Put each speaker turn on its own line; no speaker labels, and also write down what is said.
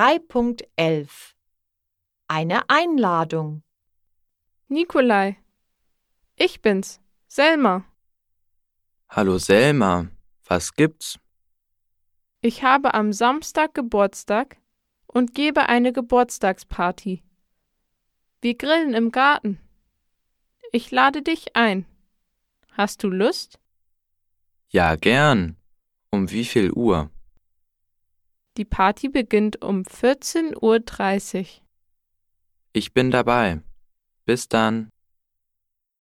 3.11 Eine Einladung
Nikolai. Ich bin's, Selma.
Hallo Selma, was gibt's?
Ich habe am Samstag Geburtstag und gebe eine Geburtstagsparty. Wir grillen im Garten. Ich lade dich ein. Hast du Lust?
Ja, gern. Um wie viel Uhr?
Die Party beginnt um 14.30 Uhr.
Ich bin dabei. Bis dann.